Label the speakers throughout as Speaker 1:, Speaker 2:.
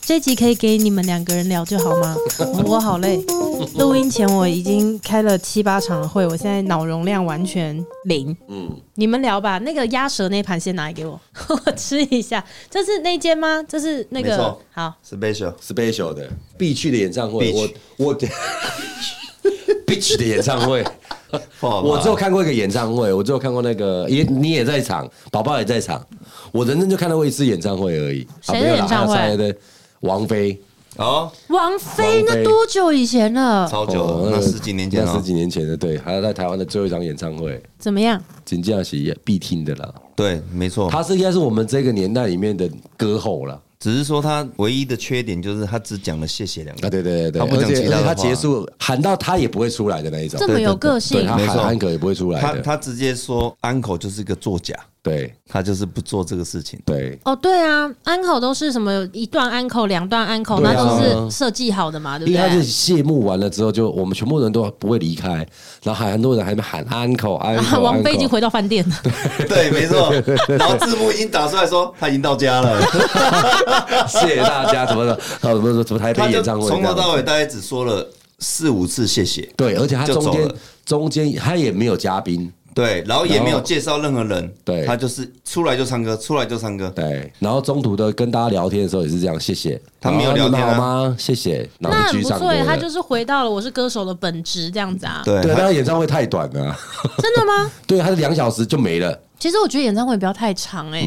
Speaker 1: 这集可以给你们两个人聊就好 吗？我好累，录音前我已经开了七八场的会，我现在脑容量完全零。
Speaker 2: 嗯，
Speaker 1: 你们聊吧，那个鸭舌那盘先拿给我， 我吃一下。这是那间吗？这是那
Speaker 2: 没
Speaker 1: 个
Speaker 2: 错
Speaker 1: 好
Speaker 3: special，
Speaker 2: special 的必去的演唱会，
Speaker 3: 必
Speaker 2: 我
Speaker 3: 去
Speaker 2: 我 必去的演唱 会，我只有看过一个演唱会，我只有看过那个也你也在场，宝宝也在场，我人生就看到过一次演唱会而已。啊
Speaker 1: 谁的演唱会啊
Speaker 2: 的王菲，
Speaker 3: 哦，
Speaker 1: 王菲，
Speaker 2: 王菲
Speaker 1: 那多久以前了？
Speaker 3: 超久
Speaker 2: 哦
Speaker 3: 了，那十几年前
Speaker 2: 那
Speaker 3: 哦
Speaker 2: 十，几年前的对，还有在台湾的最后一场演唱会，
Speaker 1: 怎么样？
Speaker 2: 金价是必听的啦。
Speaker 3: 对，没错。
Speaker 2: 他是应该是我们这个年代里面的歌后了。
Speaker 3: 只是说他唯一的缺点就是他只讲了谢谢两
Speaker 2: 啊，
Speaker 3: 个字，
Speaker 2: 对对对对，
Speaker 3: 他不讲
Speaker 2: 而且
Speaker 3: 其他的
Speaker 2: 而且
Speaker 3: 话
Speaker 2: 他结束喊到他也不会出来的那一种，
Speaker 1: 这么有个
Speaker 2: 对
Speaker 1: 性
Speaker 2: 他，
Speaker 3: 没
Speaker 2: 喊
Speaker 3: 错
Speaker 2: 安可也不会出来
Speaker 3: 他
Speaker 2: 的，
Speaker 3: 他直接说 uncle 就是个作假，
Speaker 2: 对
Speaker 3: 他就是不做这个事 情。
Speaker 2: 对。
Speaker 1: 哦，对啊，安口都是什么一段安口、两段安口，
Speaker 2: 对
Speaker 1: 那
Speaker 2: 啊
Speaker 1: 都是设计好的嘛，对不
Speaker 2: 因为他是
Speaker 1: 对？
Speaker 2: 谢幕完了之后，就我们全部人都不会离开，然后还很多人还没喊 uncle
Speaker 1: 然
Speaker 2: uncle，
Speaker 1: 后 王菲已经
Speaker 2: uncle
Speaker 1: 回到饭店了，
Speaker 3: 对，没错。然后字幕已经打出来说他已经到家 了，
Speaker 2: 谢谢大家什 么的，还有什么什么台
Speaker 3: 他
Speaker 2: 北
Speaker 3: 就
Speaker 2: 演唱会，
Speaker 3: 从头到尾大概只说了四五次谢谢，
Speaker 2: 对，而且他
Speaker 3: 就
Speaker 2: 中
Speaker 3: 走
Speaker 2: 间
Speaker 3: 了
Speaker 2: 中间他也没有嘉宾，
Speaker 3: 对，然后也没
Speaker 2: 然
Speaker 3: 有
Speaker 2: 后
Speaker 3: 介绍任何人，
Speaker 2: 对
Speaker 3: 他就是出来就唱歌，出来就唱歌，
Speaker 2: 对，然后中途的跟大家聊天的时候也是这样，谢谢，
Speaker 3: 他没有
Speaker 2: 然
Speaker 3: 聊
Speaker 2: 后
Speaker 3: 天
Speaker 2: 你
Speaker 3: 啊
Speaker 2: 们好吗？谢谢，
Speaker 1: 那
Speaker 2: 然后就
Speaker 1: 很
Speaker 2: 去
Speaker 1: 不
Speaker 2: 唱
Speaker 1: 错耶，
Speaker 2: 歌
Speaker 1: 他
Speaker 2: 了
Speaker 1: 就是回到了我是歌手的本质这样子啊，
Speaker 3: 对，
Speaker 2: 对，
Speaker 3: 他
Speaker 2: 他演唱会太短了啊，
Speaker 1: 真的吗？
Speaker 2: 对，他是两小时就没了，
Speaker 1: 其实我觉得演唱会不要太长哎、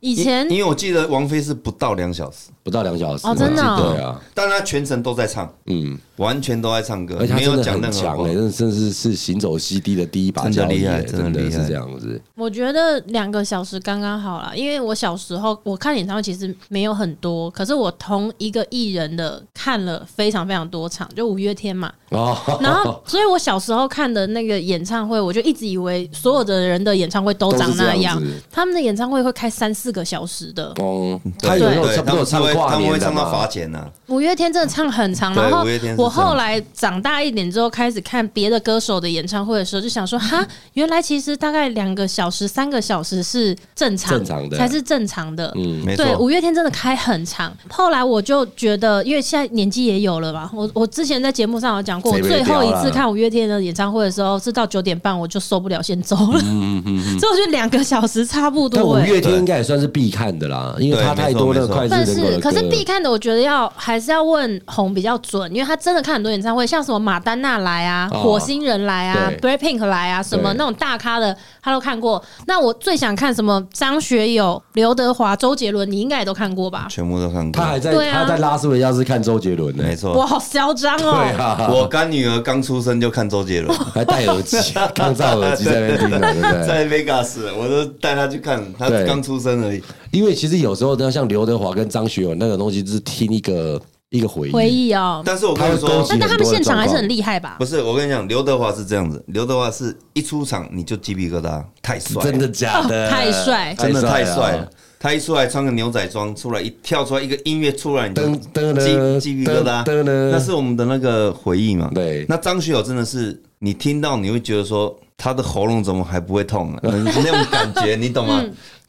Speaker 1: 以前
Speaker 3: 因因为我记得王菲是不到两小时，
Speaker 2: 不到两小时，
Speaker 1: 哦真的哦
Speaker 2: 对啊，
Speaker 3: 但她全程都在唱，嗯，完全都在唱歌
Speaker 2: 而且，他
Speaker 3: 没
Speaker 2: 真
Speaker 3: 有
Speaker 2: 的
Speaker 3: 讲
Speaker 2: 很
Speaker 3: 任何
Speaker 2: 强
Speaker 3: 话
Speaker 2: 哎，。真的真是是行走 CD 的第一把交椅
Speaker 3: 真的
Speaker 2: 欸，
Speaker 3: 厉害
Speaker 2: 真
Speaker 3: 真的
Speaker 2: 的
Speaker 3: 厉害
Speaker 2: 是这样子，
Speaker 1: 我觉得两个小时刚刚好啦，因为我小时候我看演唱会其实没有很多，可是我同一个艺人的看了非常非常多场，就五月天嘛，
Speaker 2: 哦，
Speaker 1: 然后，所以我小时候看的那个演唱会，我就一直以为所有的人的演唱会都长那
Speaker 2: 都是这样子
Speaker 1: 他们的演唱会会开三四个小时的。
Speaker 2: 哦，他有那种
Speaker 3: 嗯对
Speaker 2: 差不
Speaker 3: 他
Speaker 2: 多唱
Speaker 3: 们会
Speaker 2: 跨
Speaker 3: 他们
Speaker 2: 年
Speaker 3: 会
Speaker 2: 的
Speaker 3: 唱到罚
Speaker 2: 嘛，
Speaker 3: 钱啊呢。
Speaker 1: 五月天真的唱很长，
Speaker 3: 对
Speaker 1: 然后
Speaker 3: 五月天是这
Speaker 1: 我
Speaker 3: 样
Speaker 1: 后来长大一点之后，开始看别的歌手的演唱会的时候，就想说，
Speaker 3: 嗯
Speaker 1: 哈，原来其实大概两个小时、三个小时是正常，
Speaker 2: 正常的
Speaker 1: 才是正常的。
Speaker 3: 嗯，没
Speaker 1: 对，
Speaker 3: 错，
Speaker 1: 五月天真的开很长。后来我就觉得，因为现在年纪也有了嘛，我我之前在节目上有讲过，我
Speaker 2: 谁没
Speaker 1: 最后一
Speaker 2: 掉
Speaker 3: 啊
Speaker 2: 啦
Speaker 1: 次看五月天的演唱会的时候是到九点半，我就受不了先走了，
Speaker 3: 嗯
Speaker 1: 所以我觉得两个小时差不
Speaker 2: 但
Speaker 1: 多、
Speaker 2: 五
Speaker 1: 欸。
Speaker 2: 月天应该也算是必看的啦，因为
Speaker 3: 对
Speaker 2: 他太多那个脍
Speaker 1: 但
Speaker 2: 炙人口
Speaker 1: 是，
Speaker 2: 的
Speaker 1: 可是必
Speaker 2: 歌，
Speaker 1: 看的，我觉得要还是要问红比较准，因为他真的看很多演唱会，像什么马丹娜来啊、
Speaker 2: 哦
Speaker 1: 火星人来啊、
Speaker 2: 对
Speaker 1: Blackpink 来啊，什么
Speaker 2: 对
Speaker 1: 那种大咖的，他都看过。那我最想看什么？张学友、刘德华、周杰伦，你应该也都看过吧？
Speaker 3: 全部都看
Speaker 2: 他还
Speaker 3: 过，
Speaker 2: 在
Speaker 1: 对啊
Speaker 2: 他在拉斯维加斯看周杰伦呢
Speaker 3: 没，
Speaker 1: 哇，
Speaker 3: 错。
Speaker 1: 好嚣张
Speaker 2: 对
Speaker 1: 哦！
Speaker 2: 啊，
Speaker 3: 我干女儿刚出生就看周杰伦，
Speaker 2: 还戴耳 机，抗噪耳机在那边听的， 对不对？
Speaker 3: 在 Vegas，我都带她去看，她
Speaker 2: 对
Speaker 3: 刚出生而已。
Speaker 2: 因为其实有时候呢，像刘德华跟张学友那个东西，就是听一个一个回忆。
Speaker 1: 回忆哦。
Speaker 3: 但是我跟你
Speaker 2: 他会
Speaker 3: 说
Speaker 2: 勾起，
Speaker 1: 但但他们现场还是很厉害吧
Speaker 3: 不？是我跟你讲，刘德华是这样子，刘德华是一出场你就鸡皮疙瘩，太帅，
Speaker 2: 真的。假的？
Speaker 1: 哦太帅
Speaker 3: 真的太帅
Speaker 2: 了
Speaker 3: 了！。他一出来穿个牛仔装出来，一跳出来一个音乐出来，你就
Speaker 2: 噔噔
Speaker 3: 鸡
Speaker 2: 噔
Speaker 3: 鸡皮疙瘩
Speaker 2: 噔噔。噔
Speaker 3: 那是我们的那个回忆嘛。
Speaker 2: 对
Speaker 3: 那张学友真的是，你听到你会觉得说他的喉咙怎么还不会痛啊？ 那种感觉，你懂吗？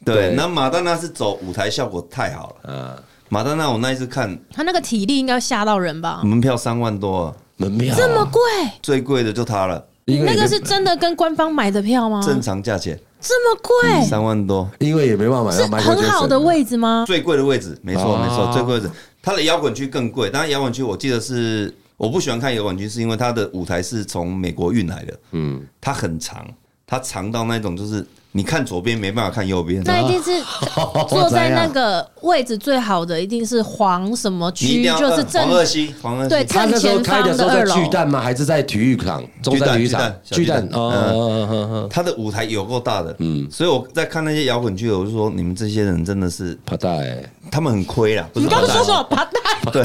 Speaker 3: 对
Speaker 2: 对。
Speaker 3: 那马丹娜是走舞台效果太好了。
Speaker 2: 啊，
Speaker 3: 马丹娜我那一次看
Speaker 1: 他那个体力应该吓到人吧？
Speaker 3: 门票三万多啊，
Speaker 2: 门嗯票啊
Speaker 1: 这么贵，
Speaker 3: 最贵的就他了，
Speaker 1: 你
Speaker 2: 因为
Speaker 1: 那
Speaker 2: 也
Speaker 1: 个
Speaker 2: 没
Speaker 1: 是真的跟官方买的票吗？
Speaker 3: 正常价钱
Speaker 1: 这么贵，
Speaker 3: 三万多。
Speaker 2: 因为也没办法买
Speaker 1: 是
Speaker 2: 到 Michael
Speaker 1: 很好
Speaker 2: Jackson
Speaker 1: 的位置吗？
Speaker 3: 最贵的位置，没错、
Speaker 2: 啊
Speaker 3: 没错，最贵的位置。它的摇滚区更贵，当然摇滚区我记得是我不喜欢看摇滚区，是因为它的舞台是从美国运来的，嗯，它很长，它长到那种就是你看左边没办法看右边，
Speaker 1: 那一定是
Speaker 3: 哦
Speaker 1: 坐在那个位置最好的，一定是黄什么
Speaker 3: 你一定
Speaker 1: 区，
Speaker 3: 要
Speaker 1: 就
Speaker 3: 呃
Speaker 1: 是正
Speaker 3: 黄二西，黄二西
Speaker 1: 对
Speaker 2: 他那
Speaker 1: 正
Speaker 2: 时候
Speaker 1: 前
Speaker 2: 开
Speaker 1: 方
Speaker 2: 的时候在
Speaker 1: 二楼。
Speaker 2: 巨蛋吗？还是在体育场？中山体育场？
Speaker 3: 巨蛋
Speaker 2: 巨
Speaker 3: 巨蛋嗯
Speaker 2: 蛋哦，
Speaker 3: 他的舞台有够大的，嗯，所以我在看那些摇滚剧，我就说你们这些人真的是
Speaker 2: 怕大哎，
Speaker 3: 他们很亏啦，不是
Speaker 1: 你刚刚
Speaker 3: 完蛋
Speaker 1: 说什么？把蛋
Speaker 3: 对，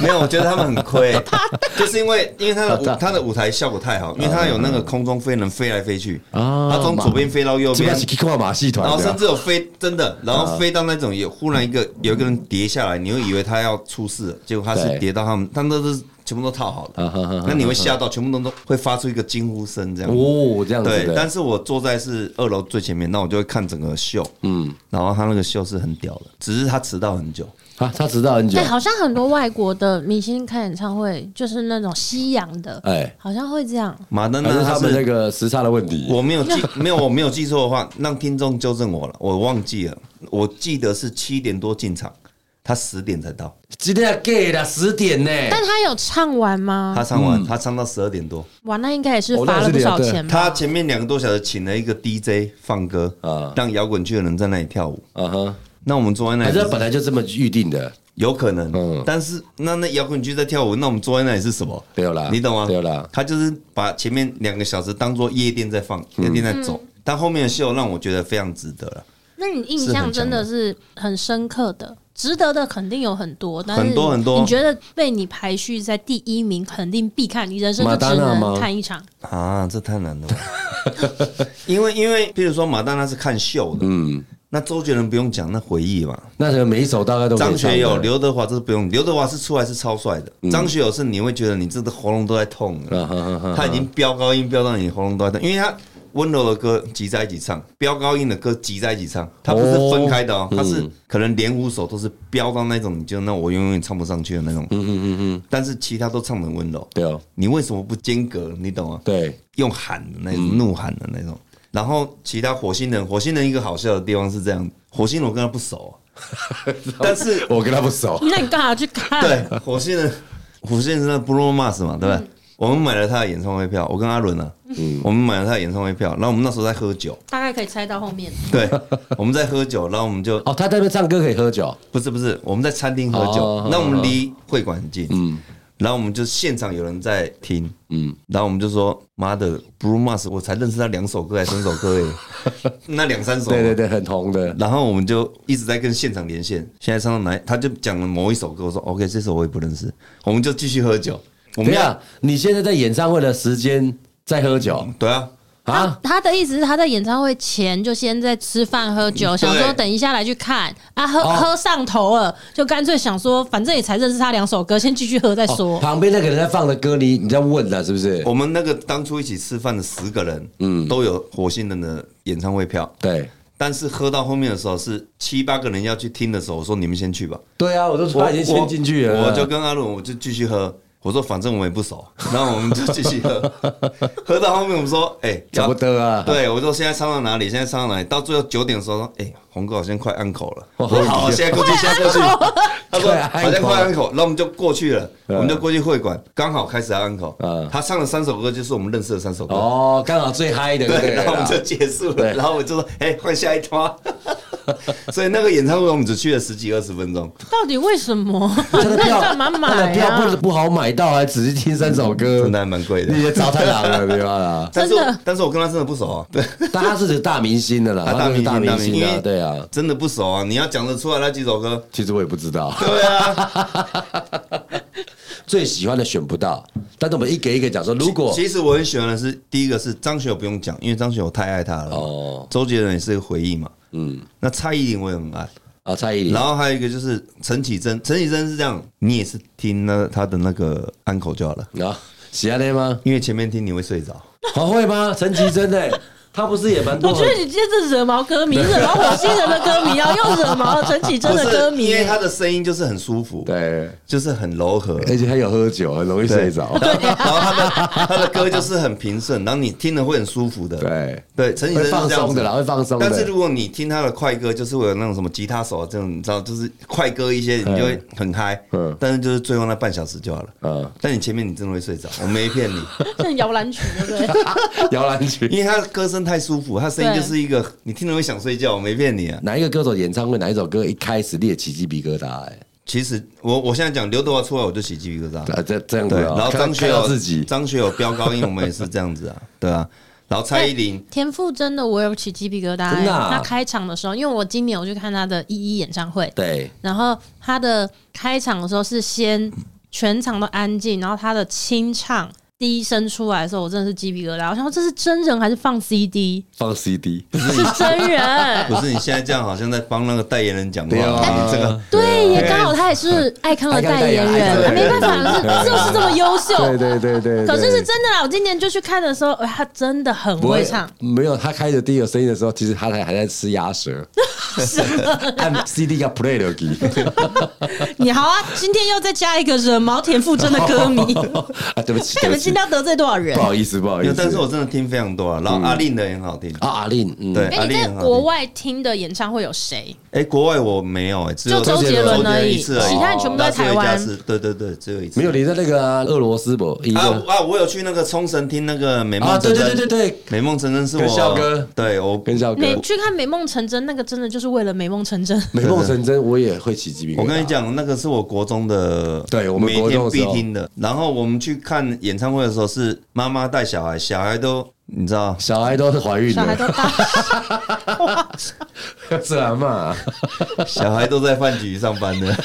Speaker 3: 没有，我觉得他们很 亏， 就是因为因为他的舞他的舞台效果太好，因为他有那个空中飞人飞来飞去，
Speaker 2: 啊
Speaker 3: 他从左边飞到右
Speaker 2: 基本
Speaker 3: 边
Speaker 2: 上是，去看马戏团
Speaker 3: 然后
Speaker 2: 的
Speaker 3: 甚
Speaker 2: 啊。
Speaker 3: 至有飞真的，然后飞到那种有忽然一个有一个人跌下来，你会以为他要出事了，结果他是
Speaker 2: 对
Speaker 3: 跌到他们，他们都是全部都套好
Speaker 2: 啊
Speaker 3: 的，
Speaker 2: 哈哈哈
Speaker 3: 那你会吓到，全部都都会发出一个惊呼声这样。
Speaker 2: 哦，这样子
Speaker 3: 对，
Speaker 2: 的，
Speaker 3: 但是我坐在是二楼最前面，那我就会看整个秀，嗯，然后他那个秀是很屌的，只是他迟到很久，
Speaker 2: 啊，他迟到很久
Speaker 1: 对，，好像很多外国的明星开演唱会就是那种西洋的，
Speaker 2: 哎，
Speaker 1: 好像会这样。
Speaker 3: 马丹
Speaker 2: 还
Speaker 3: 娜
Speaker 2: 是他
Speaker 3: 他
Speaker 2: 们那
Speaker 3: 是
Speaker 2: 个时差的问题。
Speaker 3: 我没有记，没有我没有记错的话，让听众纠正我了，我忘记了，我记得是七点多进场，他十点才到，
Speaker 2: 今天 gay 了十点呢，
Speaker 1: 但他有唱完吗
Speaker 3: 他？唱完、
Speaker 2: 嗯
Speaker 3: 他唱到十二点多，
Speaker 1: 哇，那应该也是
Speaker 2: 哦那
Speaker 1: 罚了
Speaker 2: 是
Speaker 1: 不
Speaker 2: 两
Speaker 1: 少
Speaker 2: 对
Speaker 1: 钱吧？
Speaker 3: 他前面两个多小时请了一个 DJ 放歌，
Speaker 2: 啊
Speaker 3: 让摇滚区的人在那里跳舞，
Speaker 2: 啊哈，
Speaker 3: 那我们坐在那
Speaker 2: 还
Speaker 3: 里
Speaker 2: 是他本来就这么预定的，
Speaker 3: 有可能，
Speaker 2: 嗯
Speaker 3: 但是那那摇滚区在跳舞，那我们坐在那里是什么？
Speaker 2: 没有啦
Speaker 3: 你懂吗？
Speaker 2: 没有啦
Speaker 3: 他就是把前面两个小时当做夜店在放，夜店在走，但后面的秀让我觉得非常值得了，
Speaker 1: 那你印象真的是很深刻的，值得的肯定有很多，但是
Speaker 3: 很多很多
Speaker 1: 你觉得被你排序在第一名，肯定必看，你人生就只
Speaker 2: 马丹娜吗
Speaker 1: 能看一场。
Speaker 3: 啊，这太难了吧， 因为因为比如说马丹娜是看秀的，嗯，那周杰伦不用讲，那回忆嘛，
Speaker 2: 那可能每一首大概都可以
Speaker 3: 张
Speaker 2: 唱
Speaker 3: 学友、
Speaker 2: 的
Speaker 3: 刘德华这是不用，刘德华是出来是超帅的，张学友是你会觉得你这个喉咙都在痛了，
Speaker 2: 啊哈哈哈，
Speaker 3: 他已经飙高音飙到你喉咙都在痛，因为他温柔的歌挤在一起唱，飙高音的歌挤在一起唱，他不是分开的哦，他是可能连五首都是飙到那种，你就那我永远唱不上去的那种，嗯嗯嗯嗯，但是其他都唱得很温柔，
Speaker 2: 对哦，
Speaker 3: 你为什么不间隔？你懂吗？
Speaker 2: 对，
Speaker 3: 用喊的那
Speaker 2: 嗯
Speaker 3: 种，怒喊的那种。然后其他火星人，火星人一个好笑的地方是这样，火星人我跟他不
Speaker 2: 哦
Speaker 3: 熟啊，但是
Speaker 2: 我跟他不熟，
Speaker 1: 那你干嘛去看？
Speaker 3: 对，火星人，火星人是那 Bruno Mars 嘛，对不对？
Speaker 2: 嗯
Speaker 3: 我们买了他的演唱会票，我跟阿伦啊，我们买了他的演唱会票，然后我们那时候在喝酒，
Speaker 1: 大概可以猜到后面。
Speaker 3: 对，我们在喝酒，然后我们就
Speaker 2: 哦，他在那边唱歌可以喝酒，
Speaker 3: 不是不是，我们在餐厅喝
Speaker 2: 哦
Speaker 3: 酒，那我们离会馆很近，嗯，然后我们就现场有人在听，嗯，然后我们就说妈的，Bruno Mars，我才认识他两首歌还是三首歌诶， 那两三首，
Speaker 2: 对对对，很红的，
Speaker 3: 然后我们就一直在跟现场连线，现在唱到哪，他就讲了某一首歌，我说 OK，这首我也不认识，我们就继续喝酒。我
Speaker 2: 怎么
Speaker 3: 们要
Speaker 2: 样？你现在在演唱会的时间在喝酒
Speaker 3: 对啊，
Speaker 2: 啊？
Speaker 1: 他他的意思是他在演唱会前就先在吃饭喝酒，想说等一下来去看啊，喝、
Speaker 2: 嗯哦
Speaker 1: 喝上头了，就干脆想说反正也才认识他两首歌，先继续喝再说。
Speaker 2: 哦旁边那个人在放的歌，你你在问的是不是？
Speaker 3: 我们那个当初一起吃饭的十个人，嗯，都有火星人的演唱会票，
Speaker 2: 对
Speaker 3: 但是喝到后面的时候是七八个人要去听的时候，我说你们先去吧，
Speaker 2: 对啊，我都 他已经先进去了，
Speaker 3: 我我就跟阿伦我就继续喝。我说反正我们也不熟， 然后我们就继续喝， 喝到后面我们说， 哎、
Speaker 2: 舍
Speaker 3: 要
Speaker 2: 不得啊，
Speaker 3: 对，我说现在唱到哪里？现在唱到哪里？到最后九点的时候，哎、红哥好像快按口 了。我说好，现在过去，现在过去。他说
Speaker 2: 快按口
Speaker 3: 好像快按口，那我们就过去了，
Speaker 2: 嗯
Speaker 3: 我们就过去会馆，刚好开始按口
Speaker 2: 嗯。
Speaker 3: 他唱了三首歌，就是我们认识的三首歌。
Speaker 2: 哦，刚好最嗨 的，
Speaker 3: 对，然后我们就
Speaker 2: 对啊
Speaker 3: 结束
Speaker 2: 对
Speaker 3: 了，然后我就说，哎，换下一团。 所以那个演唱会我们只去了十几二十分钟，
Speaker 1: 到底为什么？
Speaker 2: 他
Speaker 1: 那
Speaker 2: 的
Speaker 1: 你
Speaker 2: 票
Speaker 1: 干嘛
Speaker 2: 他的
Speaker 1: 买
Speaker 2: 票不
Speaker 1: 啊？
Speaker 2: 不好买到，还只是听三首歌
Speaker 3: 真的，还蛮贵的
Speaker 2: 你。也糟太郎了，对吧？
Speaker 3: 但是我
Speaker 1: 真的，
Speaker 3: 但是我跟他真的不熟啊， 对，
Speaker 2: 但他是大明星的啦，
Speaker 3: 他
Speaker 2: 他
Speaker 3: 大
Speaker 2: 啊是
Speaker 3: 明星
Speaker 2: 大明星
Speaker 3: 大明
Speaker 2: 啊，
Speaker 3: 星
Speaker 2: 对啊。
Speaker 3: 真的不熟啊。你要讲得出来那几首歌，
Speaker 2: 其实我也不知道，
Speaker 3: 对啊。
Speaker 2: 最喜欢的选不到，但是我们一个一个讲说，如果
Speaker 3: 其实我很喜欢的是第一个是张学友，不用讲，因为张学友太爱他了。
Speaker 2: 哦
Speaker 3: 哦，周杰伦也是个回忆嘛。嗯，那蔡依林我也很爱，
Speaker 2: 啊，蔡依林
Speaker 3: 然，后还有一个就是陈绮贞，陈绮贞是这样，你也是听那她的那个安口就好了，
Speaker 2: 然后喜欢的吗？
Speaker 3: 因为前面听你会睡着。
Speaker 2: 还会吗？陈绮贞的，她不是也蛮多
Speaker 1: 我
Speaker 2: 很？
Speaker 1: 觉得你今天这惹毛歌迷，惹毛火星人的歌迷 啊，又惹毛了陈绮贞的
Speaker 3: 不是
Speaker 1: 歌迷
Speaker 3: 因。为她的声音就是很舒服，
Speaker 2: 对，哎
Speaker 3: 就是很柔和。
Speaker 2: 而且她有喝酒，很容易睡着。
Speaker 3: 然后然后她的她的歌就是很平顺，然后你听了会很舒服的。
Speaker 2: 对，
Speaker 3: 对，陈绮贞
Speaker 2: 会
Speaker 3: 是
Speaker 2: 放
Speaker 3: 这样
Speaker 2: 松
Speaker 3: 子
Speaker 2: 的啦，会放松的。
Speaker 3: 但是如果你听他的快歌，就是会有那种什么吉他手啊这种，你知道，就是快歌一些，你就会很嗨。
Speaker 2: 嗯
Speaker 3: 嗯，但是就是最后那半小时就好了。
Speaker 2: 嗯
Speaker 3: 嗯，但你前面你真的会睡着，我没骗 你，
Speaker 1: 像摇篮曲，对不对？
Speaker 2: 摇篮曲，
Speaker 3: 因为他的歌声太舒服，他声音就是一个你听了会想睡觉，我没骗你啊。
Speaker 2: 哪一个歌手演唱会哪一首歌一开始列起鸡皮疙瘩？哎，
Speaker 3: 其实我我现在讲刘德华出来我就起鸡皮疙瘩，
Speaker 2: 啊，这这样子
Speaker 3: 对，
Speaker 2: 哦，
Speaker 3: 然后
Speaker 2: 看
Speaker 3: 张学
Speaker 2: 看到
Speaker 3: 友
Speaker 2: 自己，
Speaker 3: 张学友飙高音，我们也是这样子啊，对啊，然后蔡依林。
Speaker 1: 田馥甄的我有起鸡皮疙瘩、欸。
Speaker 2: 真的啊
Speaker 1: 他开场的时候，因为我今年我去看他的一一演唱会，
Speaker 2: 对，
Speaker 1: 然后他的开场的时候是先全场都安静，然后他的清唱。第一声出来的时候，我真的是鸡皮疙瘩。我想说这是真人还是放 CD？
Speaker 2: 放 CD，
Speaker 1: 是真人。
Speaker 3: 不是你现在这样，好像在帮那个代言人讲话。
Speaker 2: 对啊
Speaker 1: 哎
Speaker 3: 你这个
Speaker 1: 对，哎也刚好他也是爱康的代言人，没办法，是就是这么优秀。
Speaker 2: 对对对对，
Speaker 1: 可是是
Speaker 2: 对
Speaker 1: 真的啦，我今年就去看的时候，哎他真的很
Speaker 2: 不
Speaker 1: 会唱。
Speaker 2: 没有他开着第一个声音的时候，其实他还还在吃鸭 舌，按 CD 要 play 的机，
Speaker 1: 你好啊，今天又再加一个惹毛田馥甄的歌 迷，哎
Speaker 2: 啊，对不起，
Speaker 1: 你
Speaker 2: 对不
Speaker 1: 们今
Speaker 2: 起，
Speaker 1: 天要得罪多少人
Speaker 2: 不？好意思，不好
Speaker 3: 没
Speaker 2: 意
Speaker 3: 有，
Speaker 2: 思。
Speaker 3: 但是我真的听非常多啊。然后阿令的也很好听。
Speaker 2: 啊，阿令，嗯，
Speaker 3: 对
Speaker 1: 哎，你在国外听的演唱会有谁？
Speaker 3: 哎，国外我没有哎，只有
Speaker 1: 就周杰伦而已
Speaker 3: 周杰一次而已，哦
Speaker 1: 其他人全部都在台湾
Speaker 3: 那只有一家是对对对，只有一次。
Speaker 2: 没有你在那个啊俄罗斯不一
Speaker 3: 啊
Speaker 2: 个
Speaker 3: 啊！我有去那个冲绳听那个美
Speaker 2: 啊，
Speaker 3: 梦
Speaker 2: 对
Speaker 3: 成真，
Speaker 2: 对对对对，
Speaker 3: 美梦成真是我
Speaker 2: 跟笑哥
Speaker 3: 对我
Speaker 2: 跟笑哥，
Speaker 1: 你去看《美梦成真》，那个真的就是为了《美梦成 真》。
Speaker 2: 美梦成真，我也会起鸡皮疙瘩。
Speaker 3: 我跟你讲，那个是我国中的，
Speaker 2: 对我们
Speaker 3: 每
Speaker 2: 国中
Speaker 3: 天
Speaker 2: 的
Speaker 3: 必
Speaker 2: 时候
Speaker 3: 听的。然后我们去看演唱会的时候，是妈妈带小孩，小孩都你知 道，
Speaker 2: 小孩都是怀孕
Speaker 1: 小孩
Speaker 2: 的，
Speaker 1: 都大，
Speaker 2: 自然嘛，
Speaker 3: 小孩都在饭局上班的。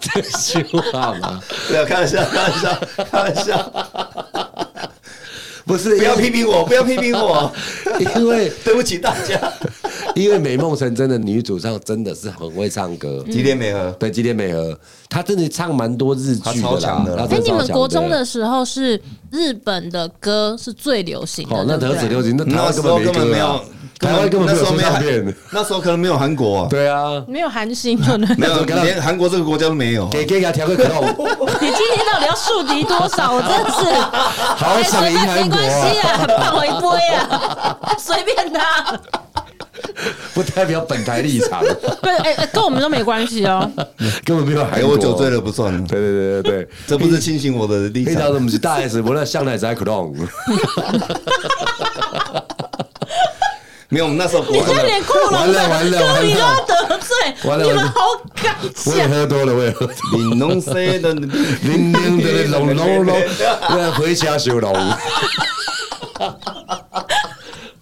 Speaker 2: 这句话嘛，
Speaker 3: 不要开玩笑，开玩笑，开玩笑，
Speaker 2: 不是
Speaker 3: 不要批评我，不要批评 我，
Speaker 2: 因为
Speaker 3: 对不起大家。
Speaker 2: 因为美梦成真的女主唱真的是很会唱歌，
Speaker 1: 嗯
Speaker 3: 几点没喝？
Speaker 2: 对，吉田美和，她真的唱蛮多日剧
Speaker 3: 她超
Speaker 2: 的
Speaker 3: 强
Speaker 2: 啦
Speaker 3: 的，啦
Speaker 2: 她
Speaker 1: 哎
Speaker 2: 真，的
Speaker 1: 你
Speaker 2: 超
Speaker 1: 们
Speaker 2: 强
Speaker 1: 国中的时候是日本的歌是最流行的，
Speaker 2: 哦，那
Speaker 1: 对不
Speaker 2: 得
Speaker 1: 对
Speaker 2: 子流行，那台
Speaker 3: 那
Speaker 2: 湾
Speaker 3: 时
Speaker 2: 根
Speaker 3: 候
Speaker 2: 本
Speaker 3: 根本
Speaker 2: 没
Speaker 3: 没
Speaker 2: 歌
Speaker 3: 有
Speaker 2: 啊，，台湾根本
Speaker 3: 那
Speaker 2: 没
Speaker 3: 时
Speaker 2: 有
Speaker 3: 候
Speaker 2: 出
Speaker 3: 没有
Speaker 2: 唱片，
Speaker 3: 那时候可能没有韩国啊，
Speaker 2: 对啊，
Speaker 1: 没有韩星可 能。
Speaker 3: 没有
Speaker 2: 那时候
Speaker 3: 连韩国这个国家都没有。啊
Speaker 2: 给给他调个可乐，
Speaker 1: 你今天到底要树敌多少？我真的是，
Speaker 2: 好
Speaker 1: 哎
Speaker 2: 想
Speaker 1: 随
Speaker 2: 赢
Speaker 1: 便没
Speaker 2: 韩国
Speaker 1: 关
Speaker 2: 啊
Speaker 1: 系，啊，放我一杯啊， 随便他。
Speaker 2: 不代表本台立 场，
Speaker 1: 不是，哎、哎跟我们都没关系 哦。
Speaker 2: 根本没有韩
Speaker 3: 哎，
Speaker 2: 国。啊
Speaker 3: 我酒醉了不算了，
Speaker 2: 对对对对对，
Speaker 3: 这不是清醒我的立
Speaker 2: 平
Speaker 3: 场
Speaker 2: 常。都不是大 S，我那向来在可乐，
Speaker 3: 没有，我们那时候国
Speaker 1: 你
Speaker 3: 中
Speaker 1: 这
Speaker 3: 的
Speaker 1: 连库龙
Speaker 2: 完了完
Speaker 1: 的
Speaker 2: 了
Speaker 1: 歌迷都
Speaker 2: 完
Speaker 1: 要
Speaker 2: 了
Speaker 1: 得罪，
Speaker 2: 完了
Speaker 1: 你们
Speaker 2: 完了
Speaker 1: 好敢
Speaker 2: 我也
Speaker 1: 讲。
Speaker 2: 喝多了，我也喝多了。
Speaker 3: 你弄谁的？
Speaker 2: 零零的龙龙 龙，那回家修龙。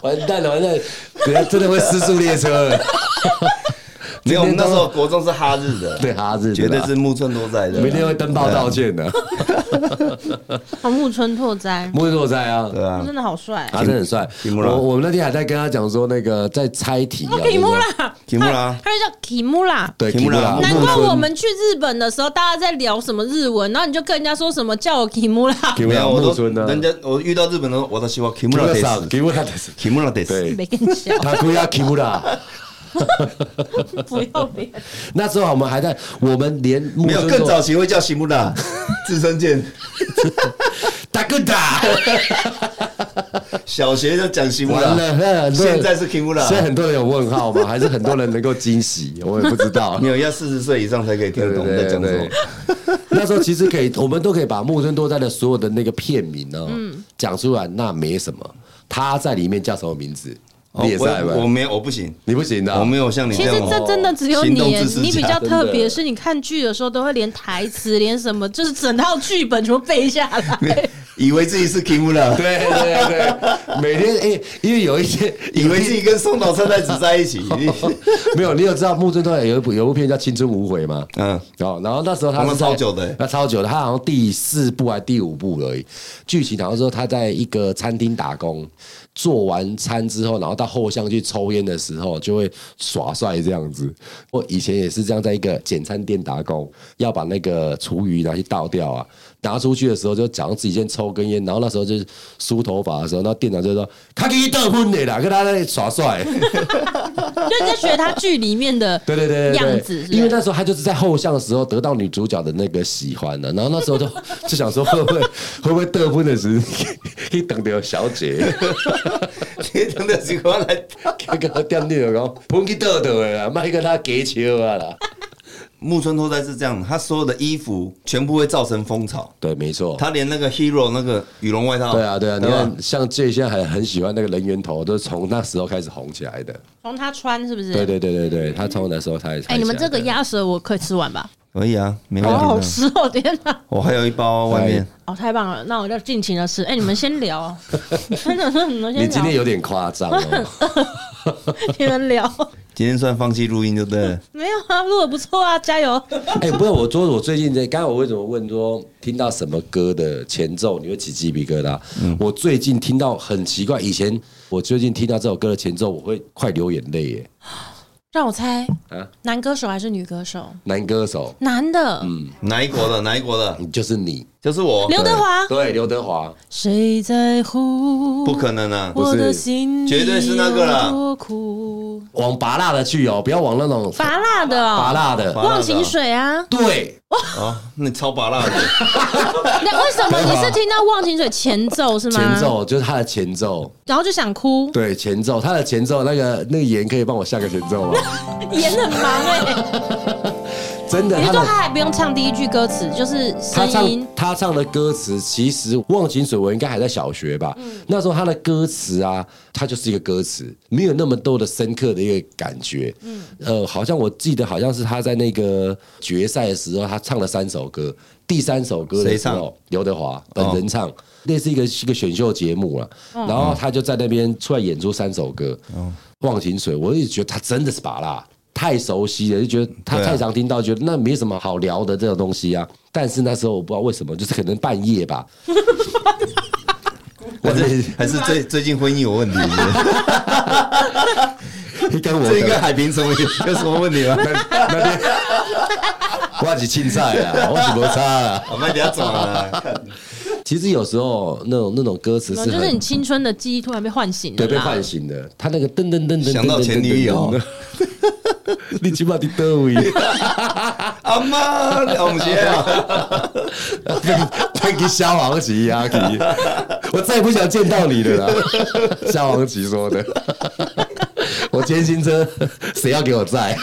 Speaker 2: 完蛋了，完蛋了，等下真的会失速列车了。
Speaker 3: 没有，我们那时候国中是哈日的，
Speaker 2: 对哈日的啦
Speaker 3: 绝对是木村多哉的。
Speaker 2: 明天会登报道歉的。
Speaker 1: 红哦木村拓哉，
Speaker 2: 莫若在啊，
Speaker 3: 对啊，
Speaker 1: 真的好帅、
Speaker 2: 他真的很帅。
Speaker 3: 提木拉
Speaker 2: 我我们那天还在跟他讲说，那个在猜题啊。
Speaker 1: 提木拉，
Speaker 3: 提木拉
Speaker 1: 他就叫提木拉。
Speaker 2: 对，
Speaker 3: 提
Speaker 2: 提
Speaker 3: 木
Speaker 2: 木
Speaker 3: 拉
Speaker 2: 拉。
Speaker 1: 难怪
Speaker 2: 木村
Speaker 1: 我们去日本的时候，大家在聊什么日文，然后你就跟人家说什么叫我提 木拉，
Speaker 2: 提木
Speaker 3: 没
Speaker 2: 拉
Speaker 3: 有，我
Speaker 2: 木
Speaker 3: 都
Speaker 2: 村呢？啊
Speaker 3: 人家我遇到日本人，我都希望
Speaker 2: 木
Speaker 3: Kimura
Speaker 2: 村
Speaker 3: d
Speaker 2: 上，
Speaker 3: e
Speaker 2: 提木拉的是
Speaker 3: s Kimura d e s
Speaker 2: 对。
Speaker 1: 没跟你讲，
Speaker 2: 他不要提木拉。
Speaker 1: 不要脸。
Speaker 2: 那时候我们还在，我们连木
Speaker 3: 没有
Speaker 2: 村
Speaker 3: 更
Speaker 2: 拓
Speaker 3: 早期会叫 Kimura，自身剑，
Speaker 2: 打个打，
Speaker 3: 小学就讲 Kimura，
Speaker 2: 完了，那很多人
Speaker 3: 现在是 Kimura，
Speaker 2: 现在很多人有问号吗？还是很多人能够惊喜？我也不知道
Speaker 3: 没。有要四十岁以上才可以听得 懂在讲什么。
Speaker 2: 对那时候其实可以，我们都可以把木村多哉的所有的那个片名呢、讲出来，那没什么。他在里面叫什么名字？
Speaker 3: 哦
Speaker 2: 你也在啊
Speaker 3: 我我
Speaker 2: 吗？
Speaker 3: 没有，我不行，
Speaker 2: 你不行的、
Speaker 3: 我没。有像你
Speaker 1: 其
Speaker 3: 这
Speaker 1: 实
Speaker 3: 样
Speaker 1: 这
Speaker 3: 哦。
Speaker 1: 真的只有
Speaker 3: 行
Speaker 1: 你
Speaker 3: 动自，私
Speaker 1: 你比
Speaker 3: 家
Speaker 1: 较特别，
Speaker 2: 啊真的
Speaker 1: 是你看剧的时候都会连台词、连什么，就是整套剧本全部背下 来。
Speaker 3: 以为自己是 Kimura，
Speaker 2: 对对对，每天哎、因为有一些
Speaker 3: 以为自己跟松岛菜菜子在一 起。
Speaker 2: 没有，你有知道木村拓哉有一部有一部片叫《青春无悔》吗？
Speaker 3: 嗯，
Speaker 2: 哦，然后那时候他
Speaker 3: 我们
Speaker 2: 是在
Speaker 3: 超久的欸
Speaker 2: 那超久的，他好像第四部还是第五部而已。剧情好像说他在一个餐厅打工，做完餐之后，然后到后巷去抽烟的时候，就会耍帅这样子。我以前也是这样，在一个简餐店打工，要把那个厨余拿去倒掉啊。拿出去的时候就假装自己先抽根烟，然后那时候就是梳头发的时候，那店长就说：“他给你得分的啦，跟他在耍帅。”
Speaker 1: 就你在学他剧里面的
Speaker 2: 对对对对对
Speaker 1: 样子，
Speaker 2: 因为那时候他就是在后巷的时候得到女主角的那个喜欢了，然后那时候就 就想说会不会会不会得分的时 候可以等到小姐，
Speaker 3: 真的是过来。
Speaker 2: 那个店里就讲分去倒倒的啦，卖跟他给笑啊啦。
Speaker 3: 木村拓哉是这样，他所有的衣服全部会造成风潮，
Speaker 2: 对，没错。
Speaker 3: 他连那个 hero 那个羽绒外套，
Speaker 2: 对啊，对啊，你
Speaker 3: 对吧
Speaker 2: 看，像这现在很很喜欢那个人猿头，都是从那时候开始红起来的。
Speaker 1: 从他穿是不是？
Speaker 2: 对对对对对，他从那时候开始。
Speaker 1: 哎、你们这个鸭舌我可以吃完吧？
Speaker 3: 可以啊，没
Speaker 1: 好好
Speaker 3: 问题的。
Speaker 1: 吃哦！天哪，
Speaker 3: 我还有一包外面，
Speaker 1: 哦，太棒了！那我就尽情的吃。哎、你们先聊 哦，真的是你们先聊。
Speaker 2: 你今天有点夸张哦。
Speaker 1: 你们聊，
Speaker 3: 今天算放弃录音，对不对？
Speaker 1: 没有啊，录的不错啊，加油！
Speaker 2: 哎、不是我说，我最近在，刚才我为什么问说听到什么歌的前奏你会起鸡皮疙瘩？我最近听到很奇怪，以前我最近听到这首歌的前奏，我会快流眼泪耶。
Speaker 1: 让我猜
Speaker 2: 啊，
Speaker 1: 男歌手还是女歌手？
Speaker 2: 男歌手，
Speaker 1: 男的，
Speaker 2: 嗯
Speaker 3: 哪一国的？哪一国的？
Speaker 2: 你就是你，
Speaker 3: 就是我。
Speaker 1: 刘德华。
Speaker 2: 对，刘德华，
Speaker 1: 谁在乎？
Speaker 3: 不可能啊！
Speaker 1: 我的心里
Speaker 3: 绝对是那个啦
Speaker 1: 有多苦，
Speaker 2: 往拔辣的去哦，不要往那种
Speaker 1: 拔辣的
Speaker 2: 拔
Speaker 1: 哦，
Speaker 2: 辣的。。
Speaker 1: 忘情水啊
Speaker 2: 对，
Speaker 3: 哦，那你超拔辣的，
Speaker 1: 那为什么你是听到忘情水前奏是吗？
Speaker 2: 啊前，奏就是他的前奏，
Speaker 1: 然后就想哭，
Speaker 2: 对前奏，他的前奏那个那个盐可以帮我下个前 奏吗？
Speaker 1: 演很忙 哎。
Speaker 2: 真的，
Speaker 1: 你
Speaker 2: 他
Speaker 1: 是说
Speaker 2: 的
Speaker 1: 他还不用唱第一句歌词，就是
Speaker 2: 他
Speaker 1: 声音
Speaker 2: 唱他唱的歌词，其实《忘情水》我应该还在小学吧。
Speaker 1: 嗯
Speaker 2: 那时候他的歌词啊，他就是一个歌词，没有那么多的深刻的一个感觉。嗯，呃，好像我记得好像是他在那个决赛的时候，他唱了三首歌，第三首歌的
Speaker 3: 谁
Speaker 2: 时
Speaker 3: 唱哦
Speaker 2: 候，刘德华本人唱。类似一个一个选秀节目了、
Speaker 1: 嗯
Speaker 2: 然后他就在那边出来演出三首歌，
Speaker 3: 哦
Speaker 2: 忘情水》，我也觉得他真的是把啦，太熟悉了，就觉得他
Speaker 3: 对啊
Speaker 2: 太常听到，觉得那没什么好聊的这种东西啊。但是那时候我不知道为什么，就是可能半夜 吧，
Speaker 3: 还是 还是最最近婚姻有问题？是不是
Speaker 2: 跟我
Speaker 3: 这应该海平什么 有什么问题吗？
Speaker 2: 我是青菜啦，我是没差啊啦。
Speaker 3: 我们等一下走了，看
Speaker 2: 其实有时候那种那种歌词
Speaker 1: 什么，
Speaker 2: 是
Speaker 1: 就是你
Speaker 2: 很
Speaker 1: 青春的记忆突然被唤醒了，
Speaker 2: 对被唤。醒的，他那个噔噔噔噔噔噔噔噔，
Speaker 3: 想到前女友，
Speaker 2: 你起码得得位，
Speaker 3: 阿 妈，哦我们先
Speaker 2: 被给消亡旗压旗，啊我再也不想见到你 了啦。消亡旗说的， 我天新车 谁要给我载？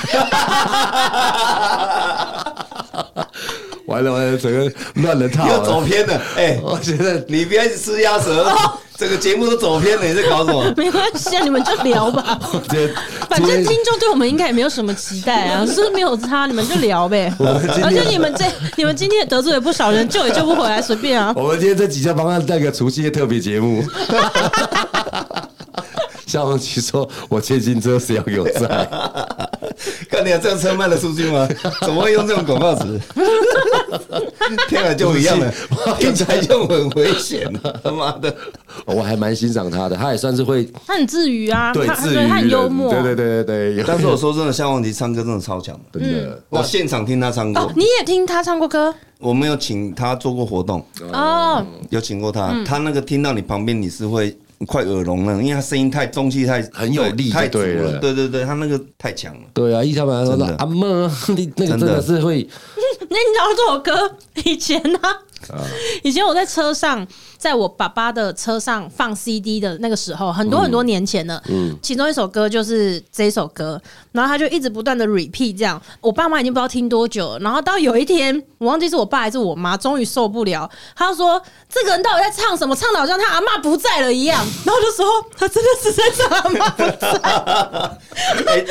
Speaker 2: 完了完了，整个乱了套
Speaker 3: 又走
Speaker 2: 了。
Speaker 3: 偏了。哎，
Speaker 2: 我觉得
Speaker 3: 你别一直吃鸭 舌，整个节目都走偏了，你在搞什 么？
Speaker 1: 没关系啊，你们就聊吧。
Speaker 2: 我觉得
Speaker 1: 反正听众对我们应该也没有什么期待 啊，是没有差，你们就聊呗。而且你们这你们今天也得罪了不少人，救也救不回来，随便啊。
Speaker 2: 我们今天这几家帮他带个除夕夜特别节目。 消防局说：“我千金车谁要给我载
Speaker 3: 看你这样车卖得出去吗？怎么会用这种广告 词？天啊，就一样的，听起来就很危险了。他妈的，？”
Speaker 2: 我还蛮欣赏他的，他也算是会
Speaker 1: 他很自娱啊，
Speaker 2: 对
Speaker 1: 他
Speaker 2: 自
Speaker 1: 对
Speaker 2: 娱
Speaker 1: 他很
Speaker 2: 人
Speaker 1: 幽默。
Speaker 2: 对对对对对。
Speaker 3: 但 是
Speaker 2: 有
Speaker 3: 我说真的，夏旺迪唱歌真的超强的。
Speaker 2: 真
Speaker 1: 嗯
Speaker 2: 的，
Speaker 3: 我现场听他 唱
Speaker 1: 哦
Speaker 3: 过，，
Speaker 1: 你也听他唱过歌
Speaker 3: 我没有请他做过活动，
Speaker 1: 哦？
Speaker 3: 有请过他。他那个听到你旁边，你是会快耳聋了，因为他声音太中气太
Speaker 2: 很有力
Speaker 3: 太
Speaker 2: 就
Speaker 3: 足
Speaker 2: 对了
Speaker 3: 了。对对对，他那个太强了。
Speaker 2: 对啊，一条板说
Speaker 3: 真的
Speaker 2: 阿妈， 你那个真的是会
Speaker 1: 那你知道这首歌以前呢、啊以前我在车上，在我爸爸的车上放 CD 的那个时候，很多很多年前了。嗯，其中一首歌就是这首歌，然后他就一直不断的 repeat 这样。我爸妈已经不知道听多久了，然后到有一天，我忘记是我爸还是我妈，终于受不了，他说：“这个人到底在唱什么？唱的好像他阿妈不在了一样。” 然后我就说：“他真的是在唱阿妈不在。
Speaker 3: 哎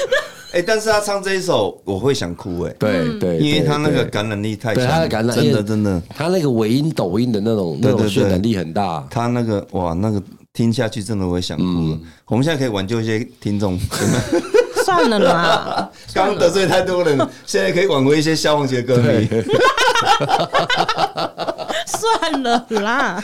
Speaker 3: 哎，但是他唱这一首，我会想哭哎，
Speaker 1: 嗯
Speaker 2: 对对，
Speaker 3: 因为他那个
Speaker 2: 对
Speaker 3: 感染力太强
Speaker 2: 对
Speaker 3: 了，
Speaker 2: 他的感染，
Speaker 3: 真
Speaker 2: 因
Speaker 3: 的
Speaker 2: 为
Speaker 3: 真的，
Speaker 2: 他那个尾音抖音的那种
Speaker 3: 对
Speaker 2: 那
Speaker 3: 对
Speaker 2: 种
Speaker 3: 对
Speaker 2: 渲染力很大。
Speaker 3: 他那个哇，那个听下去真的我会想哭
Speaker 2: 嗯
Speaker 3: 了。我们现在可以挽救一些听 众，有没有
Speaker 1: 算了啦，
Speaker 3: 刚刚得罪太多人，现在可以挽回一些消防局的歌迷。
Speaker 1: 算了啦。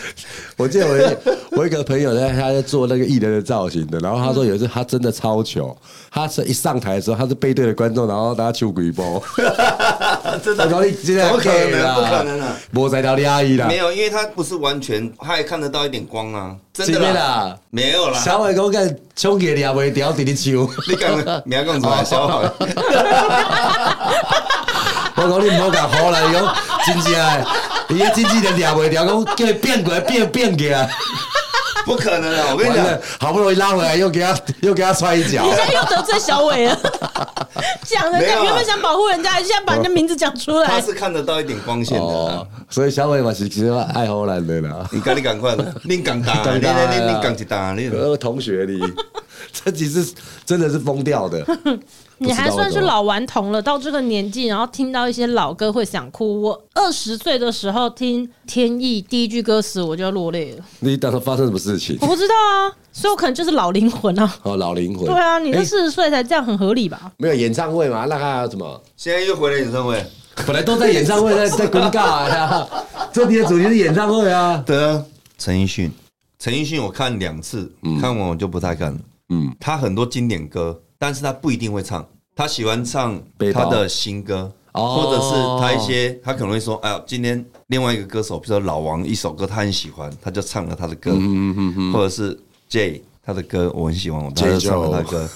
Speaker 2: 我记得我有 我有一个朋友呢，他在做那个艺人的造型的，然后他说有一次他真的超糗，他是一上台的时候他是背对着观众，然后大家秋鬼包，
Speaker 3: 啊真
Speaker 2: 我说你今天
Speaker 3: 怎么可能？不可能啊！
Speaker 2: 我在聊你阿姨啦
Speaker 3: 没，有，因为他不是完全，他也看得到一点光啊，真
Speaker 2: 真
Speaker 3: 的
Speaker 2: 的
Speaker 3: 啦，
Speaker 2: 啦，
Speaker 3: 没有啦，
Speaker 2: 小伟公跟秋给你阿袂屌伫你秋，
Speaker 3: 你 讲，你要讲什
Speaker 2: 哦
Speaker 3: 么？小好，
Speaker 2: 我讲你唔好讲好啦，伊讲真正的，伊个经纪人抓袂掉，讲叫伊变过来变变过来，
Speaker 3: 不可能啊！我跟你
Speaker 2: 完
Speaker 3: 讲
Speaker 2: 了，好不容易拉回来，又给他又给他踹一 脚
Speaker 1: 你。现在又得罪小伟了，讲的
Speaker 3: 没有啊
Speaker 1: 原本想保护人家，现在把人家名字讲出
Speaker 3: 他
Speaker 1: 来，
Speaker 3: 是看得到一点光线的
Speaker 2: 哦
Speaker 3: 啊。，
Speaker 2: 所以小伟嘛是其实爱 荷兰的啦，
Speaker 3: 你赶你赶快的，你讲大，
Speaker 2: 讲
Speaker 3: 你
Speaker 2: 大
Speaker 3: 你你
Speaker 2: 啦
Speaker 3: 你讲一大，你
Speaker 2: 我同学你。这集是真的是疯 掉的。
Speaker 1: 你还算
Speaker 2: 不知道为什
Speaker 1: 是
Speaker 2: 么
Speaker 1: 老顽童了，到这个年纪，然后听到一些老歌会想哭。我二十岁的时候听《天意》第一句歌词，我就落泪了。
Speaker 2: 你当时发生什么事情
Speaker 1: 我？不知道啊，所以我可能就是老灵魂啊。
Speaker 2: 哦，老灵魂。
Speaker 1: 对啊，你
Speaker 2: 诶
Speaker 1: 这四十岁才这样，很合理吧？
Speaker 2: 没有演唱会嘛？那还有什么？
Speaker 3: 现在又回来演唱会，
Speaker 2: 本来都在演唱会，在在公 告啊。这题的主题是演唱会啊。
Speaker 3: 对啊，陈奕迅，陈奕迅我看两次，看完我就不太看了。
Speaker 2: 嗯，
Speaker 3: 他很多经典歌，但是他不一定会唱，他喜欢唱
Speaker 2: 背包
Speaker 3: 他的新歌，
Speaker 2: 哦
Speaker 3: 或者是他一些，他可能会说，哎呦，今天另外一个歌手，比如说老王一首歌他很喜欢，他就唱了他的歌，
Speaker 2: 嗯
Speaker 3: 或者是 J 他的歌我很喜欢，我他
Speaker 2: J.
Speaker 3: 就唱了他的歌，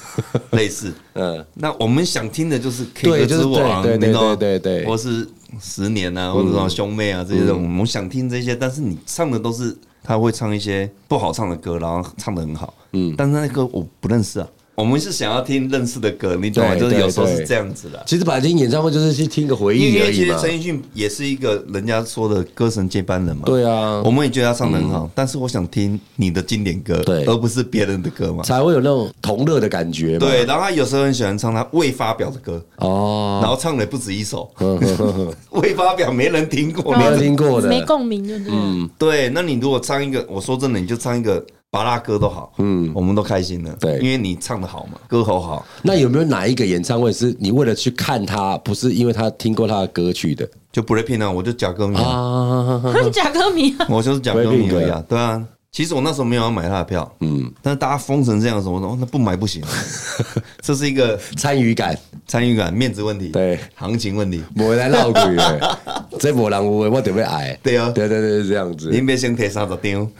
Speaker 3: 类似。
Speaker 2: 嗯，
Speaker 3: 那我们想听的就是 K
Speaker 2: 对
Speaker 3: 歌
Speaker 2: 就是
Speaker 3: 之王，
Speaker 2: 对对对
Speaker 3: 你知道吗
Speaker 2: 对对对
Speaker 3: 或是十年
Speaker 2: 嗯
Speaker 3: 啊，或者什么兄妹啊这些，我们想听这些，但是你唱的都是他会唱一些不好唱的歌，然后唱的很好，嗯，但是那歌我不认识啊。我们是想要听认识的歌，你懂吗？
Speaker 2: 对
Speaker 3: 就是有时候
Speaker 2: 对
Speaker 3: 是
Speaker 2: 对
Speaker 3: 这样子的。
Speaker 2: 其实本来听演唱会就是去听个回
Speaker 3: 因
Speaker 2: 忆而
Speaker 3: 为其
Speaker 2: 已
Speaker 3: 实
Speaker 2: 嘛
Speaker 3: 陈。奕迅也是一个人家说的歌神接班人嘛，
Speaker 2: 对啊嗯
Speaker 3: 我，们也觉得他唱的很好，但是我想听你的经典歌，
Speaker 2: 对
Speaker 3: 而不是别人的歌嘛。
Speaker 2: 才会有那种同乐的感觉嘛。
Speaker 3: 对，，然后他有时候很喜欢唱他未发表的歌，
Speaker 2: 哦，
Speaker 3: 然后唱的不止一首，
Speaker 2: 呵呵呵呵 啊
Speaker 3: 未发表没人听过。
Speaker 2: 没有
Speaker 3: 你
Speaker 2: 听过的，
Speaker 1: 没共鸣，对不对？
Speaker 3: 对，那你如果唱一个，我说真的，你就唱一个巴拉歌都好，嗯，我们都开心了，
Speaker 2: 对
Speaker 3: 因为你唱的好嘛，歌喉好，
Speaker 2: 那有没有哪一个演唱会是你为了去看他，不是因为他听过他的歌曲的
Speaker 3: 就不 r a p i n 啊，我就假歌迷啊，
Speaker 2: 啊？
Speaker 1: 假歌迷啊，
Speaker 3: 我就是假歌迷而已
Speaker 2: Blackpink
Speaker 3: 啊，对啊。其实我那时候没有要买他的票，嗯，但是大家疯成这样的时候，我说哦那不买不行，这是一个
Speaker 2: 参与感，
Speaker 3: 参与感、面子问题，
Speaker 2: 对
Speaker 3: 行情问题。
Speaker 2: 我来闹鬼了，这没人我我得会矮。
Speaker 3: 对啊
Speaker 2: 对对对，是这样
Speaker 3: 您
Speaker 2: 子。
Speaker 3: 别先贴三十张，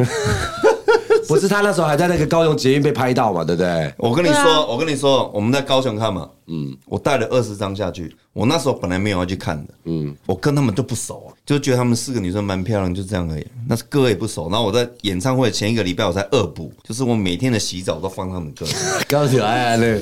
Speaker 2: 不是他那时候还在那个高雄捷运被拍到嘛，对不对？
Speaker 3: 我跟你
Speaker 1: 对
Speaker 3: 说
Speaker 1: 啊，
Speaker 3: 我跟你说，我们在高雄看嘛，嗯，我带了二十张下去。我那时候本来没有要去看的，嗯，我跟他们就不熟啊，就觉得他们四个女生蛮漂亮，就这样而已。那歌也不熟。然后我在演唱会前一个礼拜，我才恶补，就是我每天的洗澡都放他们歌，
Speaker 2: 高雄哎那。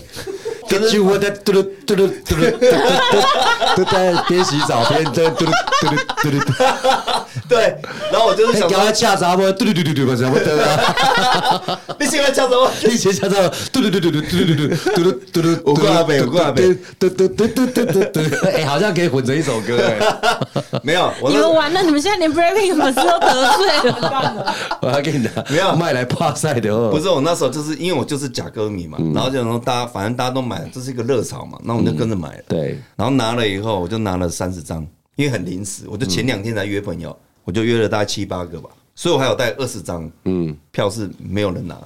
Speaker 3: 可
Speaker 2: 就是是我在嘟噜嘟噜嘟噜嘟噜嘟噜，都在边洗澡边在嘟噜嘟噜嘟噜嘟噜，
Speaker 3: 对。然后我就是
Speaker 2: 你
Speaker 3: 想
Speaker 2: 赶
Speaker 3: 说
Speaker 2: 快，掐啥么？嘟噜嘟噜嘟噜，什么的啊？
Speaker 3: 你喜欢唱什么？
Speaker 2: 以前掐啥？嘟噜嘟噜嘟噜嘟噜嘟噜嘟噜，
Speaker 3: 有够阿伯有够阿伯
Speaker 2: 嘟嘟嘟嘟嘟嘟嘟，哎，好像可以混成一首歌哎，
Speaker 3: 没有，我
Speaker 1: 你
Speaker 3: 那
Speaker 1: 们完了，你们现在连 Breaking 粉丝都得罪了，干嘛
Speaker 2: 我要给你拿，
Speaker 3: 没有
Speaker 2: 卖来帕赛的哦，
Speaker 3: 不是我那时候就是因为我就是假歌迷嘛，然后就想说大家反正大家都买，这是一个热潮嘛，那我们就跟着买了。
Speaker 2: 对，
Speaker 3: 然后拿了以后，我就拿了三十张，因为很临时，我就前两天才约朋友，我就约了大概七八个吧，所以我还有带二十张，嗯，票是没有人拿。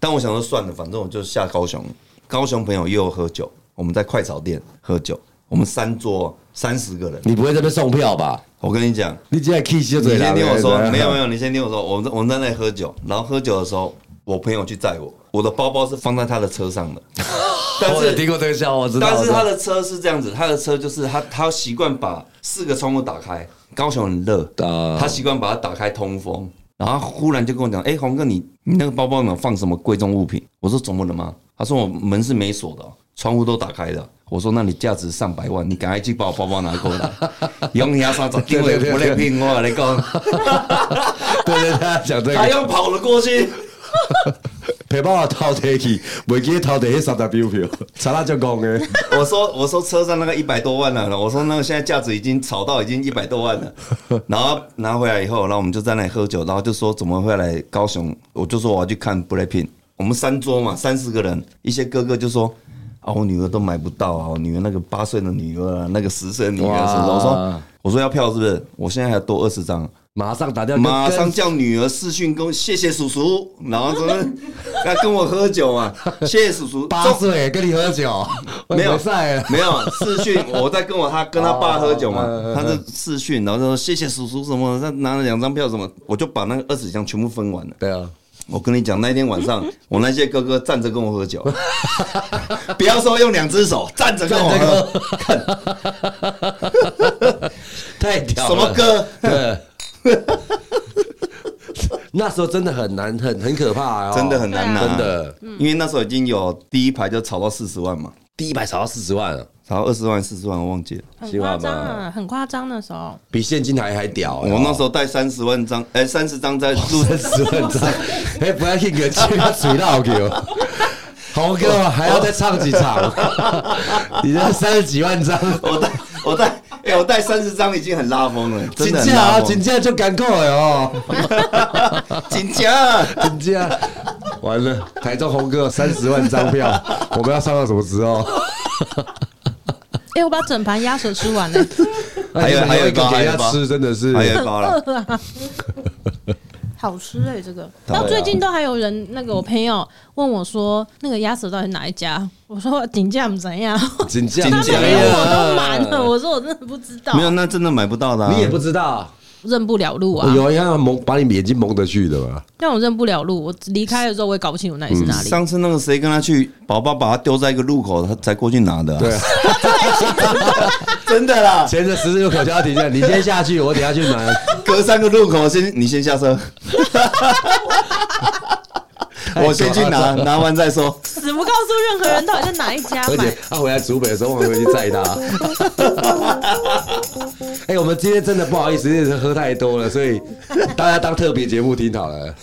Speaker 3: 但我想说算了，反正我就下高雄，高雄朋友约我喝酒，我们在快炒店喝酒，我们三桌三十个人。
Speaker 2: 你不会在那送票吧？
Speaker 3: 我跟你讲，
Speaker 2: 你今天 kiss 就
Speaker 3: 你
Speaker 2: 嘴
Speaker 3: 先
Speaker 2: 了，
Speaker 3: 听我说，没有没有，你先听我说，我们我们在那里喝酒，然后喝酒的时候，我朋友去载我，我的包包是放在他的车上的，但
Speaker 2: 我
Speaker 3: 是
Speaker 2: 有听过这个笑话，我知道，
Speaker 3: 但
Speaker 2: 我
Speaker 3: 是
Speaker 2: 知
Speaker 3: 他
Speaker 2: 道
Speaker 3: 的车是这样子，他的车就是他他习惯把四个窗户打开，高雄很热，
Speaker 2: 啊
Speaker 3: 他习惯把它打开通风。然后他忽然就跟我讲：“哎、洪哥，你你那个包包里面放什么贵重物品？”我说：“怎么了吗？”他说：“我门是没锁的哦，窗户都打开的。”我说：“那你价值上百万，你赶快去把我包包拿过 来。用牙刷找定位，
Speaker 2: 对对对
Speaker 3: 不来骗我来讲，
Speaker 2: 对对对，他讲这
Speaker 3: 还
Speaker 2: 个
Speaker 3: 用跑了过去。
Speaker 2: 陪伴我偷提去，袂记偷提迄三十票票，查拉就讲的。
Speaker 3: 我说我说车上那个一百多万了、我说那个现在价值已经炒到已经一百多 万了，然后拿回来以后，然后我们就在那里喝酒，然后就说怎么会来高雄，我就说我要去看 Blackpink，我们三桌嘛，三十个人，一些哥哥就说。啊，我女儿都买不到啊！我女儿那个八岁的女儿啊，那个十岁的女儿啊什么的，
Speaker 2: 哇
Speaker 3: 我说我说要票是不是？我现在还有多二十张，
Speaker 2: 马上打掉，
Speaker 3: 马上叫女儿视讯跟我谢谢叔叔，然后说 要跟我喝酒啊，谢谢叔叔。
Speaker 2: 八岁跟你喝酒，
Speaker 3: 没有
Speaker 2: 赛了。
Speaker 3: 没有视讯，我在跟我他跟他爸喝酒嘛
Speaker 2: 哦嗯嗯，
Speaker 3: 他是视讯，然后就说谢谢叔叔什么，他拿了两张票什么，我就把那个二十张全部分完了。
Speaker 2: 对啊，
Speaker 3: 我跟你讲，那天晚上我那些哥哥站着跟我喝酒， 不要说用两只手，站着跟我喝，
Speaker 2: 太屌
Speaker 3: 什么？歌？
Speaker 2: 对， 那时候真的很难，很很可怕哦，
Speaker 3: 真的很难啊拿，
Speaker 2: 真的，
Speaker 3: 因为那时候已经有第一排就炒到四十万嘛，
Speaker 2: 第一百炒到四十万啊，
Speaker 3: 炒到二十万、四十万，我忘记了。
Speaker 1: 很
Speaker 2: 希望吧
Speaker 1: 夸张啊，很夸张的时候，
Speaker 2: 比现金还还屌。啊
Speaker 3: 我那时候带三十万张，哎，三十张在路
Speaker 2: 三十万张，哎，不要听个去他嘴闹给我。猴
Speaker 3: 哦
Speaker 2: 哥还要再唱几场？ 你这三十几万张，
Speaker 3: 我带我带，哎、我带三十张已经很拉风了， 真
Speaker 2: 金
Speaker 3: 的很
Speaker 2: 价
Speaker 3: 拉
Speaker 2: 啊，
Speaker 3: 风
Speaker 2: 金，价就赶够了哦，
Speaker 3: 金 价，
Speaker 2: 金价完了，台中猴哥三十万张票，我们要上到什么时候？
Speaker 1: 哎、我把整盘鸭舌吃完了，
Speaker 3: 还有还有一
Speaker 2: 个
Speaker 3: 包
Speaker 2: 给
Speaker 3: 还
Speaker 2: 人
Speaker 3: 有一
Speaker 2: 家
Speaker 3: 包
Speaker 2: 吃，真的是
Speaker 3: 还 有包哎 了，
Speaker 1: 好吃哎、这个。
Speaker 3: 对啊
Speaker 1: 到最近都还有人，那个我朋友问我说，那个鸭舌到底哪一家？我说顶价怎 样？
Speaker 2: 金价，
Speaker 3: 金啊
Speaker 1: 他
Speaker 3: 价
Speaker 1: 们
Speaker 3: 讲
Speaker 1: 连
Speaker 3: 呀
Speaker 1: 我都瞒了，我说我真的不知道
Speaker 3: 没，有，那真的买不到的、啊，
Speaker 2: 你也不知道，
Speaker 1: 认不了路啊
Speaker 2: 我。
Speaker 3: 哎
Speaker 2: 有一样蒙把你眼睛蒙得去的嘛。
Speaker 1: 但我认不了路，我离开的时候我也搞不清楚那里是哪里。
Speaker 3: 上次那个谁跟他去，宝宝把他丢在一个路口，他才过去拿的、啊。
Speaker 2: 对 啊，
Speaker 3: 真的啦，
Speaker 2: 前的十字路口就要停下，你先下去，我等下去买。
Speaker 3: 隔三个路口先你先下 车，我先去拿，拿完再说。
Speaker 1: 死不告诉任何人到底在哪一家
Speaker 2: 而且
Speaker 1: 买。
Speaker 2: 他回来竹北的时候，我回去载他。哎、我们今天真的不好意思，因为喝太多了，所以大家当特别节目听好了。